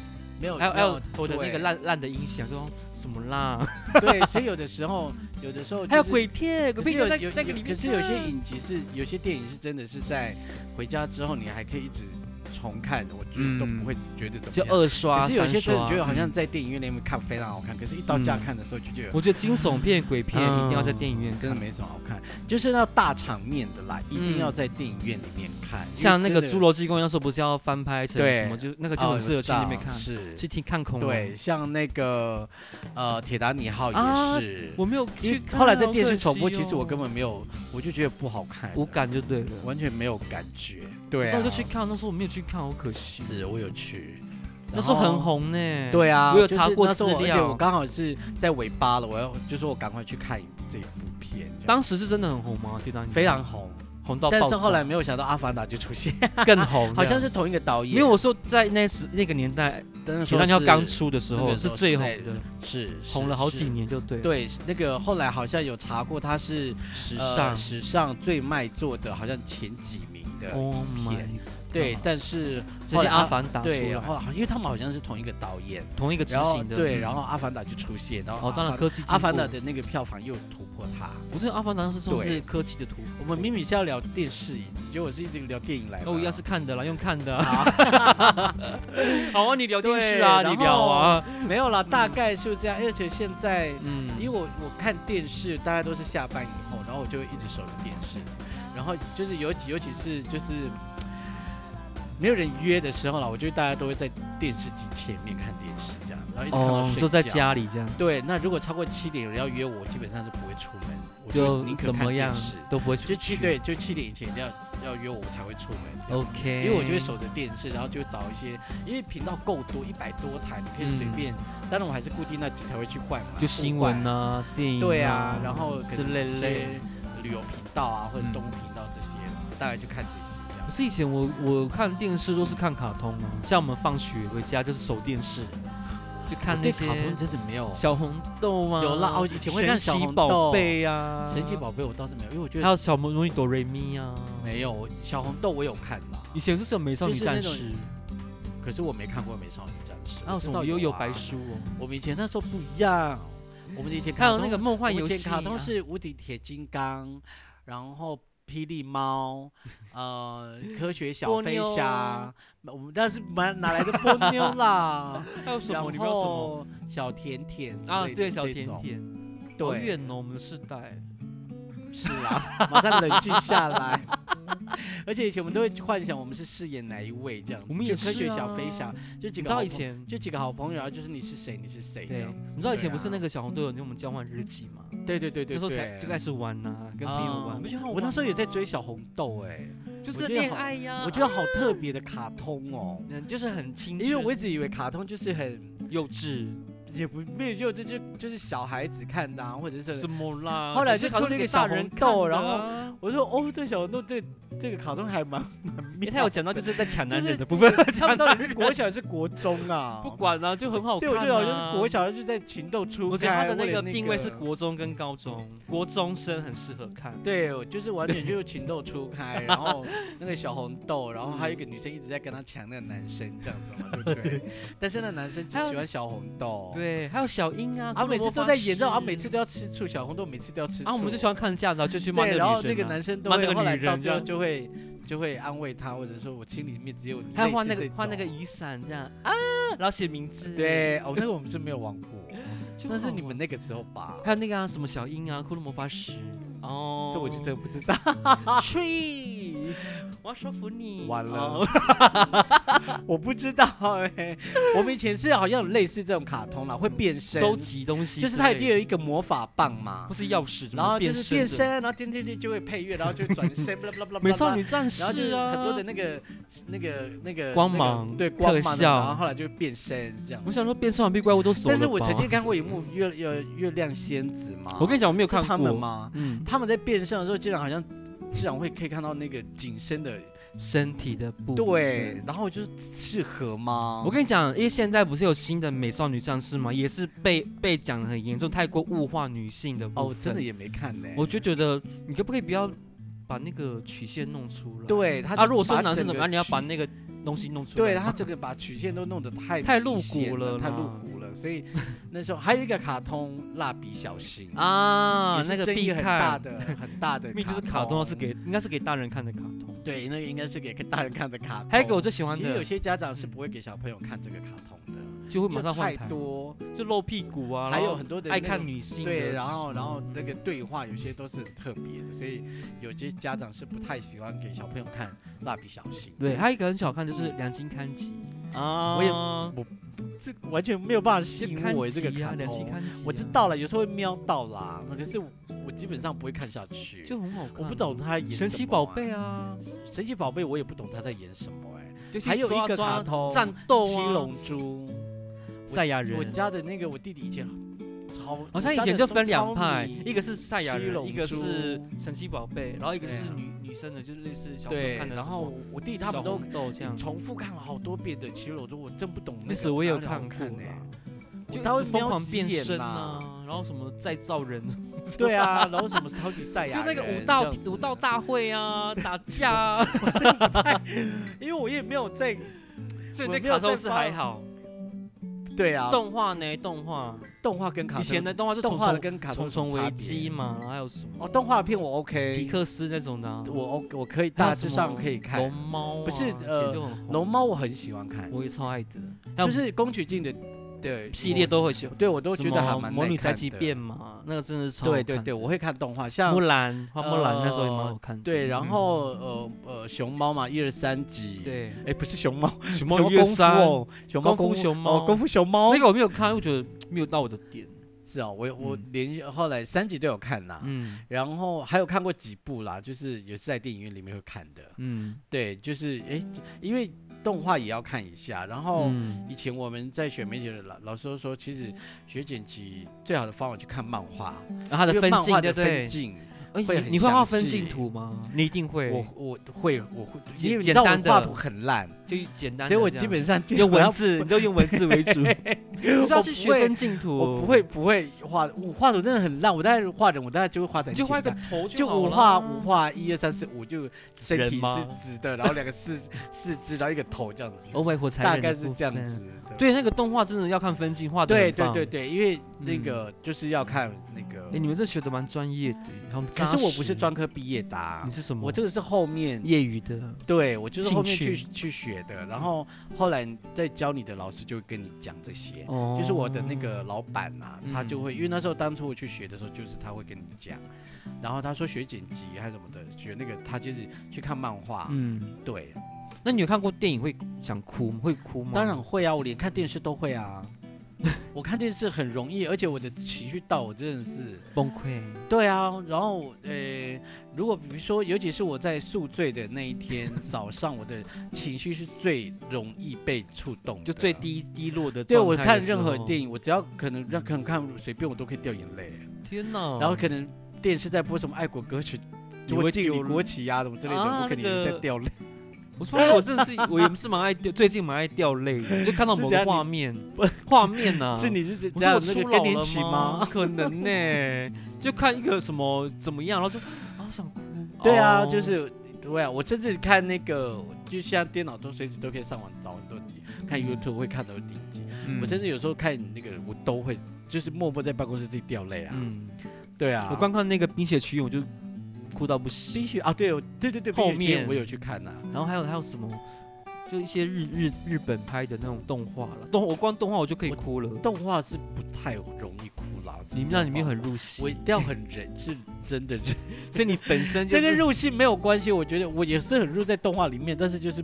B: 没有，
A: 还有
B: 没
A: 还有我的那
B: 对
A: 个烂烂的音响，说什么啦，
B: 对，所以有的时候，有的时候、就是、
A: 还有鬼片，
B: 可
A: 鬼
B: 是
A: 片
B: 有
A: 就在
B: 有
A: 那个
B: 有
A: 里面看，啊
B: 可是有些影集是，有些电影是真的是在回家之后，你还可以一直重看，我觉得都不
A: 嗯
B: 会觉得怎么
A: 就
B: 样。
A: 二刷、
B: 可是有些
A: 三
B: 真
A: 刷
B: 的觉得好像
A: 嗯
B: 在电影院里面看非常好看，可是一到家
A: 嗯
B: 看的时候就觉得
A: 我觉得惊悚片、鬼片一定要在
B: 嗯
A: 电影院，
B: 真的。没什么好看，就是要大场面的啦，一定要在电影院里面看。因
A: 嗯
B: 为
A: 像那个
B: 真
A: 《
B: 的
A: 侏罗纪公园》那时候不是要翻拍成
B: 对
A: 什么，就那个
B: 哦
A: 就很适合
B: 我
A: 去
B: 知道
A: 那边看，
B: 是
A: 去听看恐龙。
B: 对，，像那个呃《铁达尼号》
A: 啊
B: 也是，
A: 我没有
B: 因
A: 去
B: 为
A: 看啊。
B: 后来在
A: 好
B: 电视
A: 可
B: 重播，
A: 惜
B: 其实我
A: 哦
B: 根本没有，我就觉得不好看，
A: 无，感就对了。
B: 完全没有感觉。对
A: 那
B: 啊，
A: 我就去看，那时候我没有去看，好可惜。
B: 是我有去，
A: 那时候
B: 然
A: 很
B: 后。
A: 红呢。
B: 对啊，
A: 嗯我有
B: 就是
A: 查过
B: 那时候
A: 资
B: 我而且我
A: 料
B: 刚好是在尾巴了，我要就是我赶快去看这部片，这样
A: 当时是真的很红吗？《铁达尼》
B: 非常红，
A: 红到爆炸，
B: 但是后 来没有想到《阿凡达》就出现，
A: 更红，
B: 好像
A: 这样。
B: 是同一个导演，
A: 因为我说在那时那个年代，
B: 真的
A: 《铁
B: 说
A: 达尼号》
B: 是
A: 刚出的时
B: 那
A: 候
B: 个时
A: 是
B: 候
A: 最
B: 是
A: 红
B: 那
A: 的，
B: 是
A: 红
B: 是
A: 了好几
B: 是
A: 年就对了。
B: 对，那个后来好像有查过，它是
A: 时
B: 史
A: 尚。
B: 史上最卖座的，好像前几名的。
A: Oh my，
B: 片对，
A: God
B: 但是
A: 这
B: 后
A: 是《
B: 来啊
A: 阿凡达》出
B: 对，
A: 来
B: 哦后来好因为他们好像是同一个导演，
A: 同一个执
B: 然后
A: 行的。
B: 对，然
A: 后
B: 后《阿凡达》就出现，然后
A: 哦，当然
B: 阿凡
A: 科技。
B: 阿凡达》，的那个票房又突破它。
A: 我这《阿凡达》是算是
B: 对
A: 科技的图。
B: 我们明明是要聊电视，结果是一直聊电影来了。
A: 哦，一样是看的啦，用看的啊。
B: 啊。
A: 好啊，你聊电视
B: 对
A: 啊，
B: 然
A: 你聊啊。
B: 没有啦，大概是这样。而且现在，
A: 嗯，
B: 因为我我看电视大概都是下班以后，然后我就会一直守着电视，然后就是尤其尤其是就是没有人约的时候啦，我觉得大家都会在电视机前面看电视这样，然后一直看到
A: 哦，
B: 睡觉。
A: 就在。家里这样，
B: 对，那如果超过七点有人要约我，我基本上是不会出门，我
A: 就
B: 宁可
A: 怎
B: 看
A: 么
B: 电
A: 样
B: 视。
A: 都不会出
B: 就
A: 去。
B: 七对，就七点以前要要约我，我才会出门这样。
A: ，OK。
B: 因为我就会守着电视，然后就会找一些，因为频道够多，一百多台，你可以随
A: 嗯
B: 便。当然我还是固定那几台会去换嘛，
A: 就
B: 互
A: 新闻
B: 换、
A: 啊、电影
B: 对啊，然后可
A: 之
B: 能
A: 类
B: 一
A: 类
B: 些。旅游频道啊，或者
A: 嗯
B: 动物频道这些，大概就看这些这样
A: 可。是以前我我看电视都是看卡通啊，像我们放学回家就是守电视，就看
B: 我
A: 那
B: 对
A: 些
B: 卡通真的没有，
A: 小红豆啊，
B: 有啦哦以前会看小
A: 神奇
B: 红
A: 宝
B: 豆
A: 贝啊，
B: 神奇宝贝我倒是没有，因为我觉
A: 还
B: 得
A: 有小魔女哆瑞咪啊，
B: 没有小红豆我有看啦，
A: 以前就是有美少女战士，
B: 可是我没看过《美少女战士》，
A: 还有
B: 我知
A: 什么
B: 道
A: 悠
B: 有
A: 悠
B: 啊
A: 白，书哦，
B: 我们以前那时候不一样，我们以前
A: 还
B: 看
A: 有那个梦幻
B: 我
A: 游
B: 以前
A: 戏啊，
B: 卡通是无敌铁金刚，然后霹雳猫，呃，科学小
A: 波
B: 飞
A: 妞
B: 侠，我们但是蛮哪来的波妞啦？
A: 还有什
B: 然
A: 么？你们有什么？
B: 后小甜甜之
A: 啊，
B: 类
A: 对，
B: 的
A: 小
B: 这
A: 甜
B: 种，
A: 甜，好
B: 对，
A: 远哦，我们的世代，
B: 是 啊，马上冷静下来。 而且以前我们都会幻想我们是饰演哪一位这样子，
A: 我们
B: 就
A: 也
B: 科学
A: 是
B: 小
A: 啊
B: 飞侠，就几
A: 你知
B: 个
A: 道
B: 好
A: 以
B: 朋
A: 前。
B: 就几个好朋友啊，就是你是谁，你是谁这
A: 对
B: 样子，。
A: 你知道以前
B: 对
A: 不是那
B: 啊
A: 个小红豆有那种交换日记吗？
B: 对对对对，
A: 那时候才
B: 对
A: 就开始玩呐、跟朋友玩，
B: 啊
A: 不觉得很好
B: 我那
A: 玩
B: 时候也
A: 吗
B: 在追小红豆哎、
A: 就是
B: 我觉得
A: 恋
B: 好
A: 爱呀、
B: 我觉得好特别的卡通哦，
A: 嗯，啊 就是很青春，
B: 因为我一直以为卡通就是很
A: 幼稚，
B: 也不没有就这就就是小孩子看的、啊，或者是
A: 什么啦？
B: 后来
A: 我觉得卡
B: 就出
A: 通
B: 了一
A: 给
B: 个
A: 大
B: 小
A: 人
B: 红豆
A: 看的
B: 然后
A: 啊
B: 我说哦，这小红豆这这个卡通还蛮蛮
A: 因为
B: 妙
A: 他有讲到就是在抢
B: 就
A: 男
B: 是
A: 人的部 分，
B: 他们
A: 抢
B: 到
A: 男
B: 底是
A: 人
B: 国小还是国中 啊？
A: 不管啦、就很好
B: 对，
A: 看、
B: 我
A: 啊。
B: 就好像是国小就在情窦初开，
A: 我觉得他的那
B: 为
A: 个
B: 了
A: 定位是国中跟高中，国中生很适合看。
B: 对，我就是完全就是情窦 初开，然后那个小红豆，然后还有一个女生一直在跟他抢那个男生，这样子嘛，对不对？但是那男生只
A: 还有
B: 喜欢小红豆，，
A: 对，还有小樱啊，
B: 啊，
A: 骷髅
B: 每次
A: 魔
B: 都
A: 法
B: 在演这种，啊，
A: 师
B: 每次都要吃醋，小红豆每次都要吃醋，
A: 啊，我们就喜欢看这样的，就去骂那
B: 对，
A: 个
B: 然后
A: 女
B: 那个
A: 生、啊。
B: 男生都
A: 骂
B: 会
A: 那个
B: 后来
A: 女人
B: 到
A: 这
B: 最后
A: 样
B: 就会就会安慰他，或者说我心里面只有你，
A: 还有
B: 类
A: 画
B: 似
A: 那个
B: 这
A: 画那个
B: 种
A: 雨伞这样啊，然后写名字。
B: 对，哦，那个我们是没有玩过，
A: 就
B: 那
A: 很好玩，
B: 是你们那个时候吧？
A: 还有那个啊，什么小樱啊，骷髅魔法石哦，
B: 这我就真的不知道，
A: tree，我要说服你。
B: 完了
A: 哦
B: 我不知道哎、我们以前是好像有类似这种卡通啦，会变身，
A: 收集东西之类的，
B: 就是它一定有一个魔法棒嘛
A: 不，是钥匙，
B: 然后就是变
A: 身的。
B: 身，然后天天天就会配乐，然后就转身，blah blah blah blah
A: 美少
B: blah，
A: 女战士
B: 然后就是
A: 啊，
B: 很多的。那个那个那个
A: 光
B: 那个
A: 芒
B: 对光
A: 特
B: 芒的，
A: 效
B: 然后后来就变身这样
A: 我。想说，变身完毕怪物都熟了
B: 但是我
A: 吧
B: 曾经，看过一幕月月月亮仙子嘛，
A: 我跟你
B: 讲，
A: 讲，我没有
B: 有
A: 看过
B: 他们？吗？
A: 嗯，
B: 他们在变身的时候，竟然好像竟然会可以看到那个紧身的，
A: 身体的部分。
B: 对，然后就是适合吗？
A: 我跟你讲，因为现在不是有新的美少女战士吗？也是被被讲得很严重，太过物化女性的部
B: 哦，我真的
A: 分，
B: 也没看呢。
A: 我就觉得你可不可以不要把那个曲线弄出来？
B: 对他
A: 啊，
B: 就
A: 如果是
B: 把
A: 男生
B: 整
A: 怎么
B: 个
A: 样？你要
B: 曲
A: 把那个东西弄出来。
B: 对他整个把曲线都弄得太
A: 太
B: 明
A: 露骨
B: 显
A: 了
B: 太
A: 啦
B: 露骨了。所以那时候还有一个卡通《蜡笔小新》，
A: 啊
B: 也，是
A: 那个
B: 争议
A: 必
B: 很大
A: 看，
B: 的嗯很大的，
A: 啊命就是卡通，是给应该是给大人看的卡通。
B: 对，那个应该是给大人看的卡通。
A: 还有一个我最喜欢
B: 因为有
A: 的，
B: 些家长是不会给小朋友看这个卡通的，
A: 就会马上
B: 因为
A: 换
B: 太
A: 台，
B: 多，
A: 就露屁股啊，
B: 还
A: 然
B: 有
A: 后
B: 很多的
A: 爱
B: 那
A: 看
B: 种
A: 女性的嗯什么，
B: 对，然后然后那个对话有些都是很特别的，所以有些家长是不太喜欢给小朋友看蜡笔小新。
A: 对，还有一个很小看就是《良心刊集》啊，
B: 我也这完全没有办法吸
A: 就
B: 引
A: 刊
B: 我这个
A: 集啊
B: 卡
A: 良心
B: 通。
A: 刊集啊，
B: 我知道了，有时候会瞄到啦，可是我我基本上不会看下去。
A: 就很好看，
B: 我不懂他演
A: 神奇
B: 什么
A: 宝
B: 啊
A: 贝啊，
B: 神奇宝贝我也不懂他在演什么哎、
A: 对
B: 还有一个
A: 抓
B: 卡通
A: 战斗
B: 七
A: 啊，
B: 龙珠，
A: 赛亚
B: 我
A: 人，
B: 家的那个我弟弟以前超，
A: 好像以前就分两派，一个是赛亚人，一个是神奇宝贝，然后一个
B: 对
A: 是
B: 啊
A: 女女生的，就是类似小朋友
B: 对，
A: 看的什么，
B: 然后我弟他
A: 小
B: 们都
A: 红豆这样，
B: 重复看了好多遍的七龙珠，我真不懂那
A: 那
B: 个
A: 时我也有
B: 哪里好
A: 看欸
B: 看
A: 过
B: 哎、
A: 啦
B: 我
A: 就
B: 他会
A: 是疯
B: 瞄
A: 狂
B: 几
A: 变
B: 眼
A: 身
B: 呐
A: 啊，然后什么再造人，
B: 对啊，然后什么超级赛
A: 就
B: 亚
A: 那
B: 人，
A: 个武
B: 这
A: 道
B: 样子
A: 武道，大会 啊，打架啊，
B: 因为我也没有 在，
A: 所以
B: 我
A: 对
B: 没有
A: 卡通
B: 在
A: 是
B: 发
A: 还好，
B: 对啊，动
A: 动画呢动画，
B: 动画跟卡
A: 以
B: 通
A: 前的动画就
B: 动
A: 虫
B: 画的
A: 虫
B: 跟卡通
A: 虫
B: 有什么
A: 虫危
B: 差别
A: 机嘛，然后还有什么
B: 哦，动画片我
A: 皮
B: OK，
A: 克斯那种的啊，
B: 我 O 我可以
A: 还有
B: 大致
A: 什么
B: 上可以看
A: 龙，猫啊，
B: 不是
A: 以前
B: 呃
A: 就很红
B: 龙猫我很喜欢看，
A: 我也超爱的，还有
B: 就是宫崎骏的对
A: 系列，都会喜
B: 我
A: 欢。
B: 对我都觉
A: 什
B: 得还
A: 么
B: 蛮
A: 魔
B: 耐
A: 女宅
B: 看
A: 急
B: 的
A: 便嘛，那个真的是超好
B: 对
A: 看
B: 对对，我会看动画，
A: 木
B: 像呃
A: 兰花木兰那时候也蛮好看的。
B: 对，然
A: 嗯
B: 后呃呃熊猫嘛，一二三集，，
A: 对
B: 哎不是熊猫，
A: 熊
B: 熊猫
A: 与夜
B: 功夫
A: 三，
B: 哦，熊猫
A: 功夫
B: 夫
A: 熊
B: 哦
A: 猫
B: 功夫熊猫
A: 那，个我没有看，我觉得没有到我的点。
B: 是哦，我我
A: 嗯
B: 连后来三集都有看呐，
A: 嗯
B: 然后还有看过几部啦，就是也是在电影院里面会看的，
A: 嗯
B: 对，就是哎，因为动画也要看一下，然后。
A: 嗯，
B: 以前我们在选美姐的老老师都说，其实学剪辑最好的方法去看漫画，
A: 然后它的
B: 因为
A: 分
B: 漫
A: 镜
B: 画
A: 对
B: 的
A: 不对
B: 分？镜，会
A: 哎，你
B: 很
A: 你会画
B: 详
A: 分
B: 细
A: 镜图吗？你一定会，
B: 我我会我会，
A: 简
B: 因为你知
A: 简
B: 道我
A: 单的
B: 画图很烂，
A: 就简单的这样。
B: 所以我 基本上基
A: 用
B: 本
A: 文
B: 上
A: 字，你都用文字为 主，你是要
B: 我
A: 去
B: 不
A: 学
B: 会
A: 分镜图，
B: 我不会，不会画，我画图真的很烂，我大概画人，我大概就会画的
A: 你就画一个头
B: 就
A: 好啊
B: 五画
A: 啦
B: 五画一二三四五，就身
A: 人
B: 体
A: 吗
B: 是直的，然后两个四四肢，然后一个头这样子，
A: 欧美火柴
B: 大
A: 人的
B: 概是
A: 部
B: 这样
A: 分
B: 子。
A: 对，那个动画真的要看分镜画的。
B: 对对对。对，因为那
A: 嗯
B: 个就是要看那个
A: 哎，，你们这学的蛮专业的，很
B: 可
A: 扎
B: 是我不是
A: 实
B: 专，科毕业的啊
A: 你，是什么？
B: 我这个是后面
A: 业余的。
B: 对，我就是后面
A: 兴
B: 去
A: 趣
B: 去学的，然后后来再教你的老师就会跟你讲这些。
A: 哦
B: 就是我的那个老板呐、他就
A: 嗯
B: 会，因为那时候当初我去学的时候，就是他会跟你讲，然后他说学剪辑还是什么的，学那个他就是去看漫画，
A: 嗯，
B: 对，
A: 那你有看过电影会想哭会哭吗？
B: 当然会啊，我连看电视都会啊， 我看电视很容易，而且我的情绪到我真的是，
A: 崩溃。
B: 对啊，然后呃，如果比如说，尤其是我在宿醉的那一天早上，我的情绪是最容易被触动的，
A: 就最。低低落的。嗯
B: 对啊我看任何电
A: 影，
B: 影，我只要可能让可能看随便我都可以掉眼泪，
A: 天哪！
B: 然后可能电视在播什么爱国歌曲，就会
A: 哦会
B: 敬
A: 丢
B: 你
A: 了
B: 国旗啊什么之类的，
A: 啊
B: 我肯定
A: 那
B: 也
A: 个
B: 在掉泪。
A: 我说我真的是，我也是蛮爱掉，最近蛮爱掉泪 的，就看到某
B: 是怎
A: 个
B: 样
A: 画面， 画面呐。
B: 是。你是这
A: 我
B: 这
A: 说啊我出
B: 样那个
A: 老
B: 更年期
A: 了
B: 吗？
A: 可能呢、就看一个什么怎么样，然后就啊想哭。
B: 对啊，
A: 哦
B: 就是对啊，我甚至看那个，就像电脑中随时都可以上网找很多集，看 YouTube 会看到第一集，
A: 嗯
B: 我甚至有时候看那个我都会。就是默默在办公室自己掉泪啊，
A: 嗯，
B: 对啊，
A: 我光看那个《冰雪奇缘》我就哭到不
B: 冰
A: 行。
B: 雪啊，对哦，对对对，
A: 后
B: 冰雪奇缘
A: 面
B: 我有去看呐、啊
A: 然后还有还有什么，就一些日日日本拍的那种动画了，动我光动画我就可以
B: 我
A: 哭了。
B: 动画是不太容易哭啦，
A: 你们
B: 那
A: 让你没有很入戏，
B: 我一定要很人，是真的人，
A: 所以你本身就
B: 这
A: 是
B: 跟入戏没有关系。我觉得我也是很入在动画里面，但是就是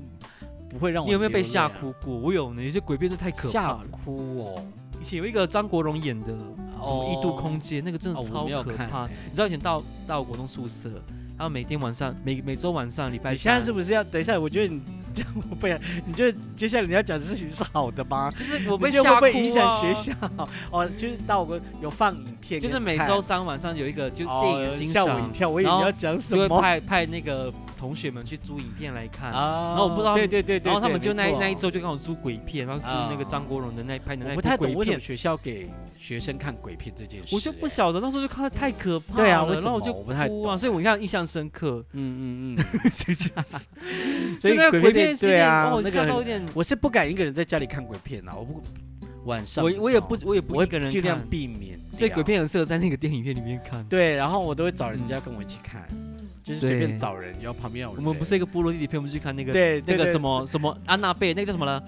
B: 不会让我、
A: 你有没有被吓？哭过？我有呢，有些鬼片是太可
B: 啊吓
A: 怕了。
B: 哭哦！
A: 以前有一个张国荣演的什么《异度空间》，那个真的
B: 哦我
A: 超
B: 没有
A: 可
B: 看
A: 怕。
B: 欸
A: 你知道以前到到国中宿舍，然后每天晚上每每周晚上礼拜
B: 你现在
A: 三，
B: 是不是要等一下？我觉得你这样我被，你觉得接下来你要讲的事情是好的吗？
A: 就是我
B: 你
A: 被
B: 觉得
A: 吓
B: 会
A: 哭、啊、
B: 不会影响学校？哦，就是到我有放影片
A: 就
B: 给你看，
A: 是每周三晚上有一个就电影
B: 哦
A: 的欣
B: 吓
A: 赏，
B: 我一跳，我以为
A: 然
B: 你
A: 后
B: 要讲什
A: 就会
B: 么
A: 派派那个同学们去租影片来看。
B: 啊
A: 然后我不知道
B: 对对对对，
A: 然后他们
B: 对
A: 就那一
B: 没错
A: 那一周就刚好租鬼片，然后租那个
B: 啊
A: 张国荣的那一拍的那
B: 我
A: 一部
B: 不太懂
A: 鬼
B: 为什么
A: 片，
B: 学校给学生看鬼片这件事、
A: 我就不
B: 欸，
A: 晓得，那时候就看得太可怕了，
B: 对啊为什
A: 然后我
B: 么
A: 就
B: 我不太
A: 哭
B: 懂
A: 啊，所以我印象印象深刻。
B: 嗯嗯 嗯，
A: 就
B: 所以
A: 那个
B: 鬼片
A: 片
B: 对啊啊
A: 哦，，
B: 那
A: 吓
B: 个
A: 到有
B: 很
A: 点
B: 我是不敢一个人在家里看鬼片啊，我不，晚上
A: 我
B: 的时候
A: 我也不我也不
B: 我
A: 一个人
B: 尽量
A: 看
B: 避免这样，
A: 啊所以鬼片很适合在那个电影院里面看。
B: 对，然后我都会找人
A: 嗯
B: 家跟我一起看，就是随便
A: 对
B: 找人，然后旁边有
A: 嗯我们
B: 人
A: 不是一个部落弟弟片，我们去看那个
B: 对
A: 那
B: 对
A: 个
B: 对
A: 什么什么安娜贝，那个叫什么了？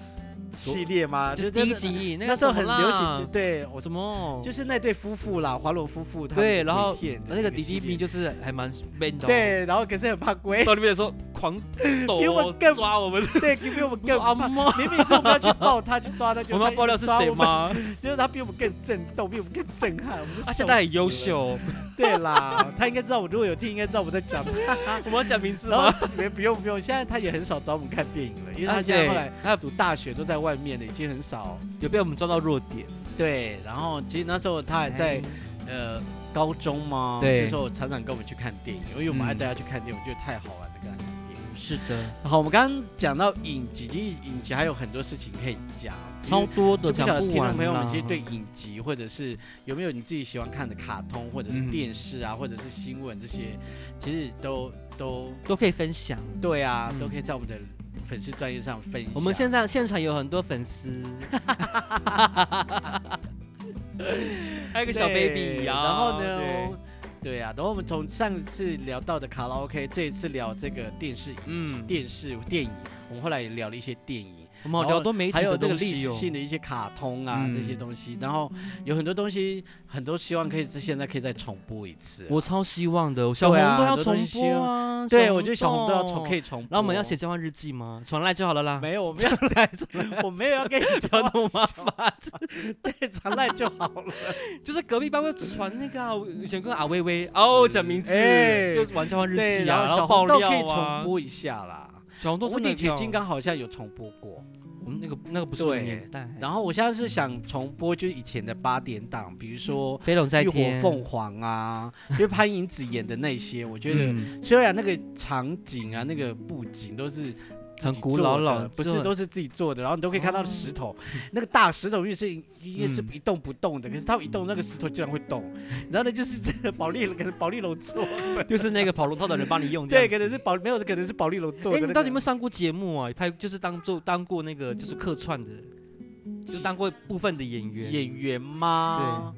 B: 系列吗？
A: 就是
B: 啊对
A: 第一
B: 对对
A: 集，
B: 那
A: 个
B: 时候
A: 什
B: 很
A: 么
B: 流行，
A: 啦
B: 就对我
A: 什么？
B: 就是那对夫妇啦，华伦夫妇他们
A: 对，
B: 的
A: 然
B: 鬼
A: 后
B: 片的
A: 那个
B: 个
A: 弟弟
B: 系列
A: 兵就是还蛮 man 的、哦，，
B: 对，然后可是很怕鬼，
A: 到那边的时候狂
B: 比我
A: 抖哦
B: 们更
A: 抓我们，
B: 对，比我们
A: 我说
B: 更
A: 阿
B: 怕。
A: 妈，
B: 明明是我们要去抱他，去抓他，就
A: 我们要爆料是谁？吗？
B: 就是他比我们更震动，比我们更震撼。我们就
A: 他
B: 笑
A: 现在很
B: 死
A: 优
B: 了。
A: 秀，
B: 对啦， 他应该知道我，如果有听，应该知道我在讲他。
A: 我们要讲名字
B: 然
A: 吗？
B: 后没不用不用，现在他也很少找我们看电影了，因为
A: 啊
B: 他现在后
A: 对
B: 来
A: 他
B: 读大学都在外面了，已经很少。
A: 有被我们抓到弱点，
B: 对，然后其实那时候他还在
A: 哎
B: 呃高中嘛，
A: 对
B: 这时候常常跟我们去看电影，因为我们
A: 嗯
B: 爱带他去看电影，我觉得太好玩了，跟他看电影。
A: 是的，
B: 好，我们刚刚讲到影集，其实影集还有很多事情可以讲，
A: 超多
B: 就
A: 的
B: 不
A: 讲
B: 晓得听
A: 完
B: 众朋友们
A: 啦
B: 其实对影集或者是有没有你自己喜欢看的卡通，或者是
A: 嗯
B: 电视啊，或者是新闻这些，其实都都
A: 都可以分享。
B: 对啊，
A: 嗯
B: 都可以在我们的粉丝专业上分享。
A: 我们现在现场有很多粉 丝，还有一个小
B: 对
A: baby 呀、
B: 啊然后呢
A: 对？
B: 对啊，然后我们从上次聊到的卡拉 OK，这一次聊这个电视影集、
A: 嗯
B: 电视电影，我们后来也聊了一些电影，
A: 我们好
B: 然
A: 聊
B: 后
A: 多媒体
B: 还有
A: 的
B: 这个
A: 东
B: 历
A: 西
B: 史
A: 哦。
B: 性的一些卡通啊、这些
A: 嗯
B: 东西，然后有很多东西，很多希望可以现在可以再重播一次。
A: 我超希望的，小红
B: 对啊
A: 都要
B: 很多东
A: 重
B: 西希
A: 播啊！
B: 对我觉得小红都要重
A: 重
B: 可以重播，
A: 哦然后我们要写交换日记吗？传来就好了啦。
B: 没有，我没有 来，我没有要跟你
A: 要
B: 讲
A: 那么麻 烦，
B: 对，传来就好了。
A: 就是隔壁班会传那个、啊，我以前跟阿薇薇哦讲名字，
B: 哎
A: 就是玩交 换日
B: 对，
A: 记啊，
B: 然
A: 然
B: 后小
A: 后爆
B: 红豆可以
A: 料
B: 重
A: 啊。
B: 播一下啦。
A: 小红豆是
B: 无敌
A: 那个哎
B: 铁
A: 料
B: 金，刚好像有重播过，
A: 我们那个那个不是我
B: 对
A: 们年代。
B: 然后我现
A: 嗯
B: 在是想重播，就是以前的八点档，比如说
A: 飞龙嗯在
B: 浴火
A: 天，
B: 凤凰啊，就是潘迎紫演的那些，我觉得
A: 嗯
B: 虽然那个场景啊、那个布景都是自
A: 很
B: 己
A: 古
B: 做
A: 老
B: 的
A: 老
B: 不
A: 就是很
B: 都是自己做的，然后你都可以看到
A: 哦
B: 石头，那个大石头因为是因为是
A: 嗯
B: 一动不动的，可是它一动，那个石头竟然会动，然后呢就是这个保利可能保利龙 做 的，
A: 就是那个跑龙套的人帮你 用这
B: 对，
A: 样
B: 可
A: 子。
B: 能是保没有，可能是保利龙做
A: 哎、
B: 的、那
A: 你到底
B: 个
A: 有没有上过节目啊？拍就是当做当过那个就是客串的，就当过部分的演员。
B: 演员吗？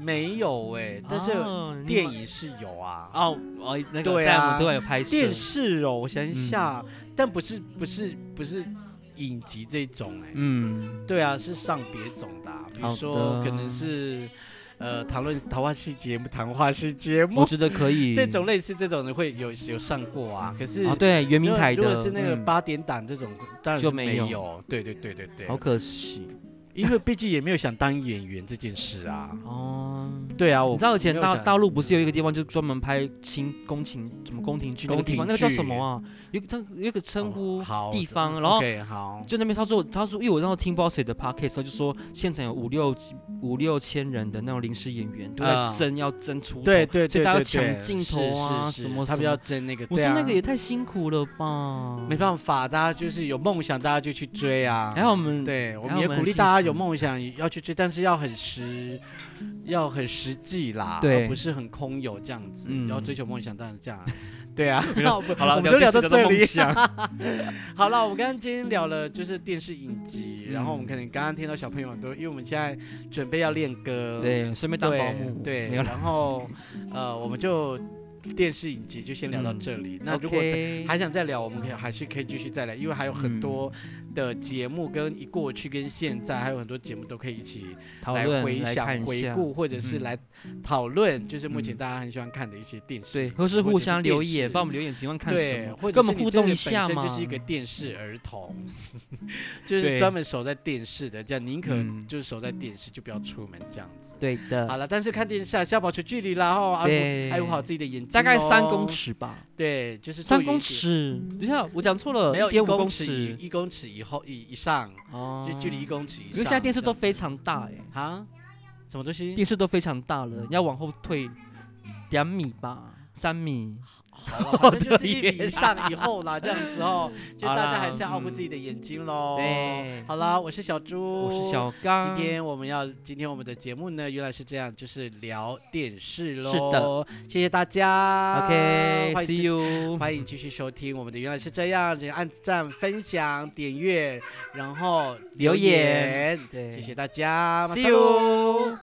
B: 没有哎、但是
A: 哦你
B: 电
A: 们
B: 影是有啊。
A: 哦哦那个
B: 对
A: 在我
B: 啊
A: 们都有拍摄。
B: 电视哦，我想一
A: 嗯
B: 下，但不是不是不是影集这种哎、
A: 嗯。
B: 对啊，是上别种的啊、比如
A: 好
B: 说
A: 的
B: 可能是呃谈论谈话系节目、谈话系节目
A: 我觉得可以。
B: 这种类似这种的会有有上过啊，可是
A: 啊，对，圆
B: 如
A: 明
B: 果
A: 台的，
B: 如果是那个
A: 嗯
B: 八点档这种，当然
A: 就是没
B: 没
A: 有
B: 对对对对对，
A: 好可惜
B: 因为毕竟也没有想当演员这件事啊。
A: 哦。
B: 对啊，我
A: 你知道以前
B: 没有
A: 大
B: 想嗯
A: 大陆不是有一个地方，就是专门拍清宫廷什么宫廷剧那个地方，
B: 宫廷
A: 那个叫什
B: 剧
A: 么啊？有它有个称呼
B: 哦好
A: 地
B: 这
A: 方，然后
B: OK 好，
A: 就那边他说他说，因为我那时候听 Bossy 的 podcast，他就说现场有五六五六千人的那种临时演员都在
B: 啊
A: 争要争出头，
B: 对对
A: 所
B: 对
A: 以大家
B: 对
A: 要抢
B: 对
A: 镜
B: 是
A: 头
B: 是
A: 啊
B: 是
A: 什么
B: 他们
A: 什
B: 要
A: 么。
B: 争那个，
A: 我
B: 对
A: 说那
B: 啊
A: 个也太辛苦了吧，
B: 没办法，大家就是有梦想，大家就去追啊。
A: 还好我们
B: 对，我
A: 嗯然
B: 们
A: 后
B: 也
A: 我们
B: 鼓励
A: 是
B: 大家有梦想要去追，但是要很实，要很实际啦，
A: 对
B: 而不是很空有这样子。
A: 嗯
B: 要追求梦想，当然是 这样啊。对啊，那我们
A: 好了，
B: 我们就聊到
A: 电视的
B: 这里
A: 梦。想
B: 好了，我们刚刚今天聊了就是电视影集，然后我
A: 嗯
B: 们可能刚刚听到小朋友很多，因为我们现在准备要练歌，
A: 对，顺便当保姆，
B: 对，
A: 没
B: 对
A: 有啦
B: 然后呃，我们就电视影集就先聊到
A: 嗯
B: 这里。 那如果
A: OK
B: 还想再聊，我们可以还是可以继续再聊，因为还有很
A: 嗯
B: 多的节目跟一过去跟现在，还有很多节目都可以一起
A: 讨
B: 来
A: 论
B: 回
A: 嗯来
B: 想、
A: 看一
B: 回
A: 下
B: 顾，或者是
A: 嗯
B: 来讨论，就是目前
A: 嗯
B: 大家很喜欢看的一些电视
A: 对，
B: 影集，
A: 或是互
B: 者
A: 相
B: 电
A: 留言，
B: 视
A: 帮我们留言，请问看什
B: 对，
A: 么，
B: 或者
A: 跟我
B: 是
A: 们
B: 你
A: 互
B: 这
A: 动
B: 个
A: 一
B: 本
A: 下
B: 身
A: 嘛。
B: 就是一个电视儿童， 就是
A: 对
B: 专门守在电视的，这样宁可
A: 嗯
B: 就是守在电视，就不要出门这样子。
A: 对
B: 好
A: 的，
B: 了，但是看电视啊，是要保持距离啦，吼，爱
A: 对
B: 护爱护好自己的眼睛，哦
A: 大概三公，尺吧，
B: 对，哦就是
A: 三
B: 坐远
A: 公
B: 一点，嗯
A: 尺。等一下，我讲错了，
B: 没有
A: 点
B: 一
A: 五
B: 公以
A: 呃尺。
B: 一公尺以后以以上，
A: 哦
B: 就距离一公尺以上。
A: 因为现在电视都非
B: 这样
A: 常大哎，
B: 子啊，什么东西？
A: 电视都非常大了，你要往后退两米吧。三米，
B: 好了，反正就是一
A: 天
B: 米以上以后啦，这样 子哦，就
A: 好
B: 大家
A: 啦
B: 还是要照顾
A: 嗯
B: 自己的眼睛喽。
A: 对
B: 好啦，我是小猪，
A: 我是。小刚。
B: 今天我们要，今天我们的节目呢，原来是这样，就是聊电视喽。
A: 是的，
B: 谢谢大家。欢迎
A: OK，See
B: 继续
A: you，
B: 欢迎继续收听我们的原来是这样，请按赞、分享、点阅，然后
A: 留
B: 言
A: 言。对
B: 谢谢大家
A: See you。